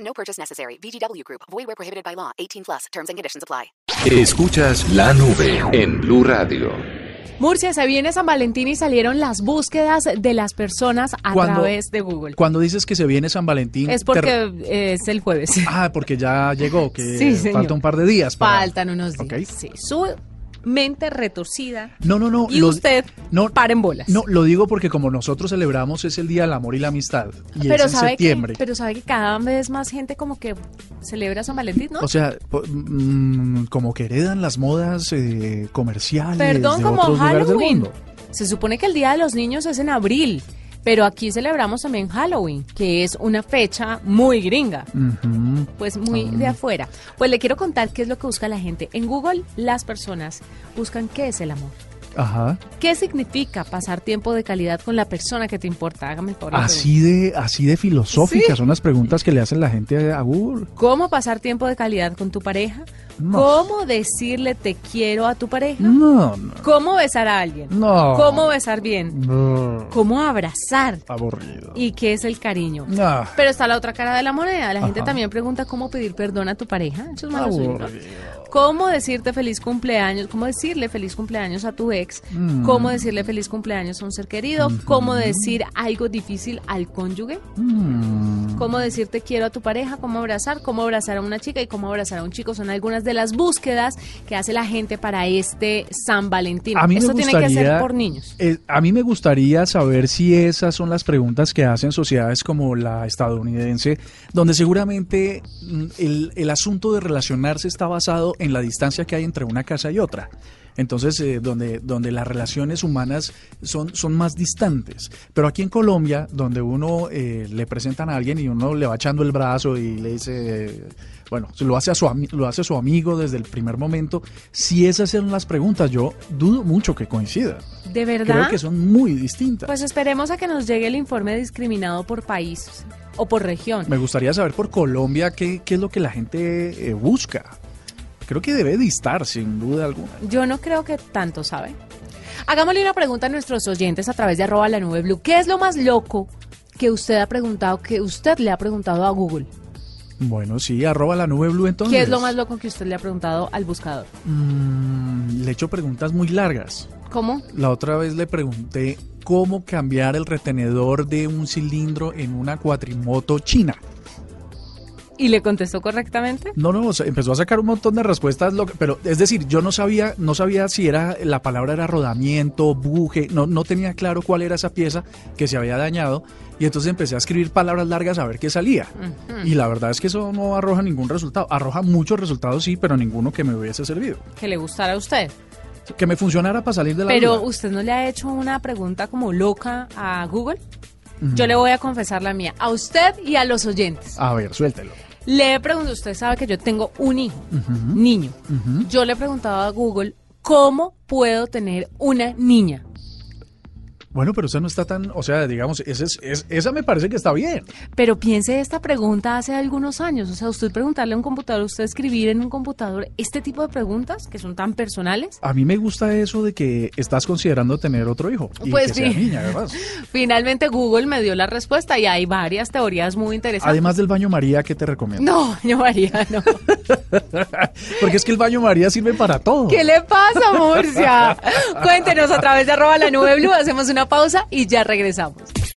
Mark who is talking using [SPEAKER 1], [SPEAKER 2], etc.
[SPEAKER 1] No purchase necessary. VGW Group. Void where prohibited by law. 18 plus. Terms and conditions apply.
[SPEAKER 2] Escuchas la nube en Blue Radio.
[SPEAKER 3] Murcia, se viene San Valentín y salieron las búsquedas de las personas a
[SPEAKER 4] Cuando-
[SPEAKER 3] través de Google.
[SPEAKER 4] Cuando dices que se viene San Valentín...
[SPEAKER 3] Es
[SPEAKER 4] te-
[SPEAKER 3] porque eh, es el jueves.
[SPEAKER 4] Ah, porque ya llegó, que
[SPEAKER 3] Sí, señor.
[SPEAKER 4] falta un par de días. para-
[SPEAKER 3] Faltan unos días.
[SPEAKER 4] Ok.
[SPEAKER 3] Sí, su mente retorcida
[SPEAKER 4] No, no, no.
[SPEAKER 3] y
[SPEAKER 4] lo-
[SPEAKER 3] usted
[SPEAKER 4] no,
[SPEAKER 3] paren bolas.
[SPEAKER 4] No, lo digo porque como nosotros celebramos es el Día del Amor y la Amistad. Y
[SPEAKER 3] pero
[SPEAKER 4] es en
[SPEAKER 3] sabe
[SPEAKER 4] septiembre.
[SPEAKER 3] que pero sabe que cada vez más gente como que celebra San Valentín, ¿no?
[SPEAKER 4] O sea, po- mm, como que heredan las modas eh, comerciales
[SPEAKER 3] Perdón,
[SPEAKER 4] de
[SPEAKER 3] como
[SPEAKER 4] otros lugares del
[SPEAKER 3] Halloween.
[SPEAKER 4] mundo.
[SPEAKER 3] Se supone que el Día de los Niños es en abril, pero aquí celebramos también Halloween, que es una fecha muy gringa.
[SPEAKER 4] Ujú.
[SPEAKER 3] pues muy de
[SPEAKER 4] Ah.
[SPEAKER 3] afuera. Pues le quiero contar qué es lo que busca la gente. En Google, las personas buscan qué es el amor.
[SPEAKER 4] Ajá.
[SPEAKER 3] ¿Qué significa pasar tiempo de calidad con la persona que te importa? Hágame el favor. de
[SPEAKER 4] Así de, así de filosóficas son las preguntas que le hacen la gente a Google.
[SPEAKER 3] preguntar. ¿Cómo pasar tiempo de calidad con tu pareja?
[SPEAKER 4] No.
[SPEAKER 3] ¿Cómo decirle te quiero a tu pareja?
[SPEAKER 4] No, no,
[SPEAKER 3] ¿Cómo besar a alguien?
[SPEAKER 4] No.
[SPEAKER 3] ¿Cómo besar bien?
[SPEAKER 4] no.
[SPEAKER 3] ¿Cómo abrazar?
[SPEAKER 4] Aburrido.
[SPEAKER 3] ¿Y qué es el cariño?
[SPEAKER 4] Ah,
[SPEAKER 3] Pero está la otra cara de la moneda. La gente
[SPEAKER 4] Ajá. Ah,
[SPEAKER 3] también pregunta cómo pedir perdón a tu pareja. Eso es malo suyo, ¿no?
[SPEAKER 4] aburrido.
[SPEAKER 3] ¿Cómo decirte feliz cumpleaños? ¿Cómo decirle feliz cumpleaños a tu ex?
[SPEAKER 4] Mm.
[SPEAKER 3] ¿Cómo decirle feliz cumpleaños a un ser querido? ¿Cómo decir algo difícil al cónyuge?
[SPEAKER 4] Mm.
[SPEAKER 3] ¿Cómo decir te quiero a tu pareja? ¿Cómo abrazar? ¿Cómo abrazar a una chica y cómo abrazar a un chico? Son algunas de las búsquedas que hace la gente para este San Valentín.
[SPEAKER 4] A mí me
[SPEAKER 3] Esto tiene que ser
[SPEAKER 4] gustaría-
[SPEAKER 3] por niños.
[SPEAKER 4] Eh, a mí me gustaría saber si esas son las preguntas que hacen sociedades como la estadounidense, donde seguramente mm, el, el asunto de relacionarse está basado en la distancia que hay entre una casa y otra. Entonces, eh, donde, donde las relaciones humanas son, son más distantes. Pero aquí en Colombia, donde uno eh, le presentan a alguien y uno le va echando el brazo y le dice, eh, bueno, se lo hace a su, ami- lo hace a su amigo desde el primer momento, si esas son las preguntas, yo dudo mucho que coincidan.
[SPEAKER 3] ¿De verdad?
[SPEAKER 4] Creo que son muy distintas.
[SPEAKER 3] Pues esperemos a que nos llegue el informe discriminado por país o por región.
[SPEAKER 4] Me gustaría saber por Colombia qué, qué es lo que la gente eh, busca. Creo que debe distar, sin duda alguna.
[SPEAKER 3] Yo no creo que tanto sabe. Hagámosle una pregunta a nuestros oyentes a través de arroba la nube blue. ¿Qué es lo más loco que usted ha preguntado, que usted le ha preguntado a Google?
[SPEAKER 4] Bueno, sí, arroba la nube blue entonces.
[SPEAKER 3] ¿Qué es lo más loco que usted le ha preguntado al buscador?
[SPEAKER 4] Mm, le he hecho preguntas muy largas.
[SPEAKER 3] ¿Cómo?
[SPEAKER 4] La otra vez le pregunté cómo cambiar el retenedor de un cilindro en una cuatrimoto china.
[SPEAKER 3] ¿Y le contestó correctamente?
[SPEAKER 4] No, no, o sea, empezó a sacar un montón de respuestas, lo que- pero es decir, yo no sabía, no sabía si era la palabra era rodamiento, buje, no, no tenía claro cuál era esa pieza que se había dañado y entonces empecé a escribir palabras largas a ver qué salía. Y la verdad es que eso no arroja ningún resultado, arroja muchos resultados sí, pero ninguno que me hubiese servido,
[SPEAKER 3] Que le gustara a usted.
[SPEAKER 4] que me funcionara para salir de la
[SPEAKER 3] Pero
[SPEAKER 4] duda.
[SPEAKER 3] usted no le ha hecho una pregunta como loca a Google. Yo le voy a confesar la mía, a usted y a los oyentes.
[SPEAKER 4] A ver, suéltelo.
[SPEAKER 3] Le he preguntado, usted sabe que yo tengo un hijo, niño. Yo le he preguntado a Google, ¿cómo puedo tener una niña?
[SPEAKER 4] Bueno, pero esa no está tan, o sea, digamos, ese es- es- esa me parece que está bien.
[SPEAKER 3] Pero piense esta pregunta hace algunos años. O sea, usted preguntarle a un computador, usted escribir en un computador este tipo de preguntas que son tan personales.
[SPEAKER 4] A mí me gusta eso de que estás considerando tener otro hijo y
[SPEAKER 3] Pues
[SPEAKER 4] que sea
[SPEAKER 3] sí.
[SPEAKER 4] niña, además.
[SPEAKER 3] Finalmente Google me dio la respuesta y hay varias teorías muy interesantes.
[SPEAKER 4] Además del baño María, ¿qué te recomiendo?
[SPEAKER 3] no, yo María, no.
[SPEAKER 4] Porque es que el baño María sirve para todo.
[SPEAKER 3] ¿Qué le pasa, Murcia? Cuéntenos a través de arroba la nube blue, hacemos una pausa y ya regresamos.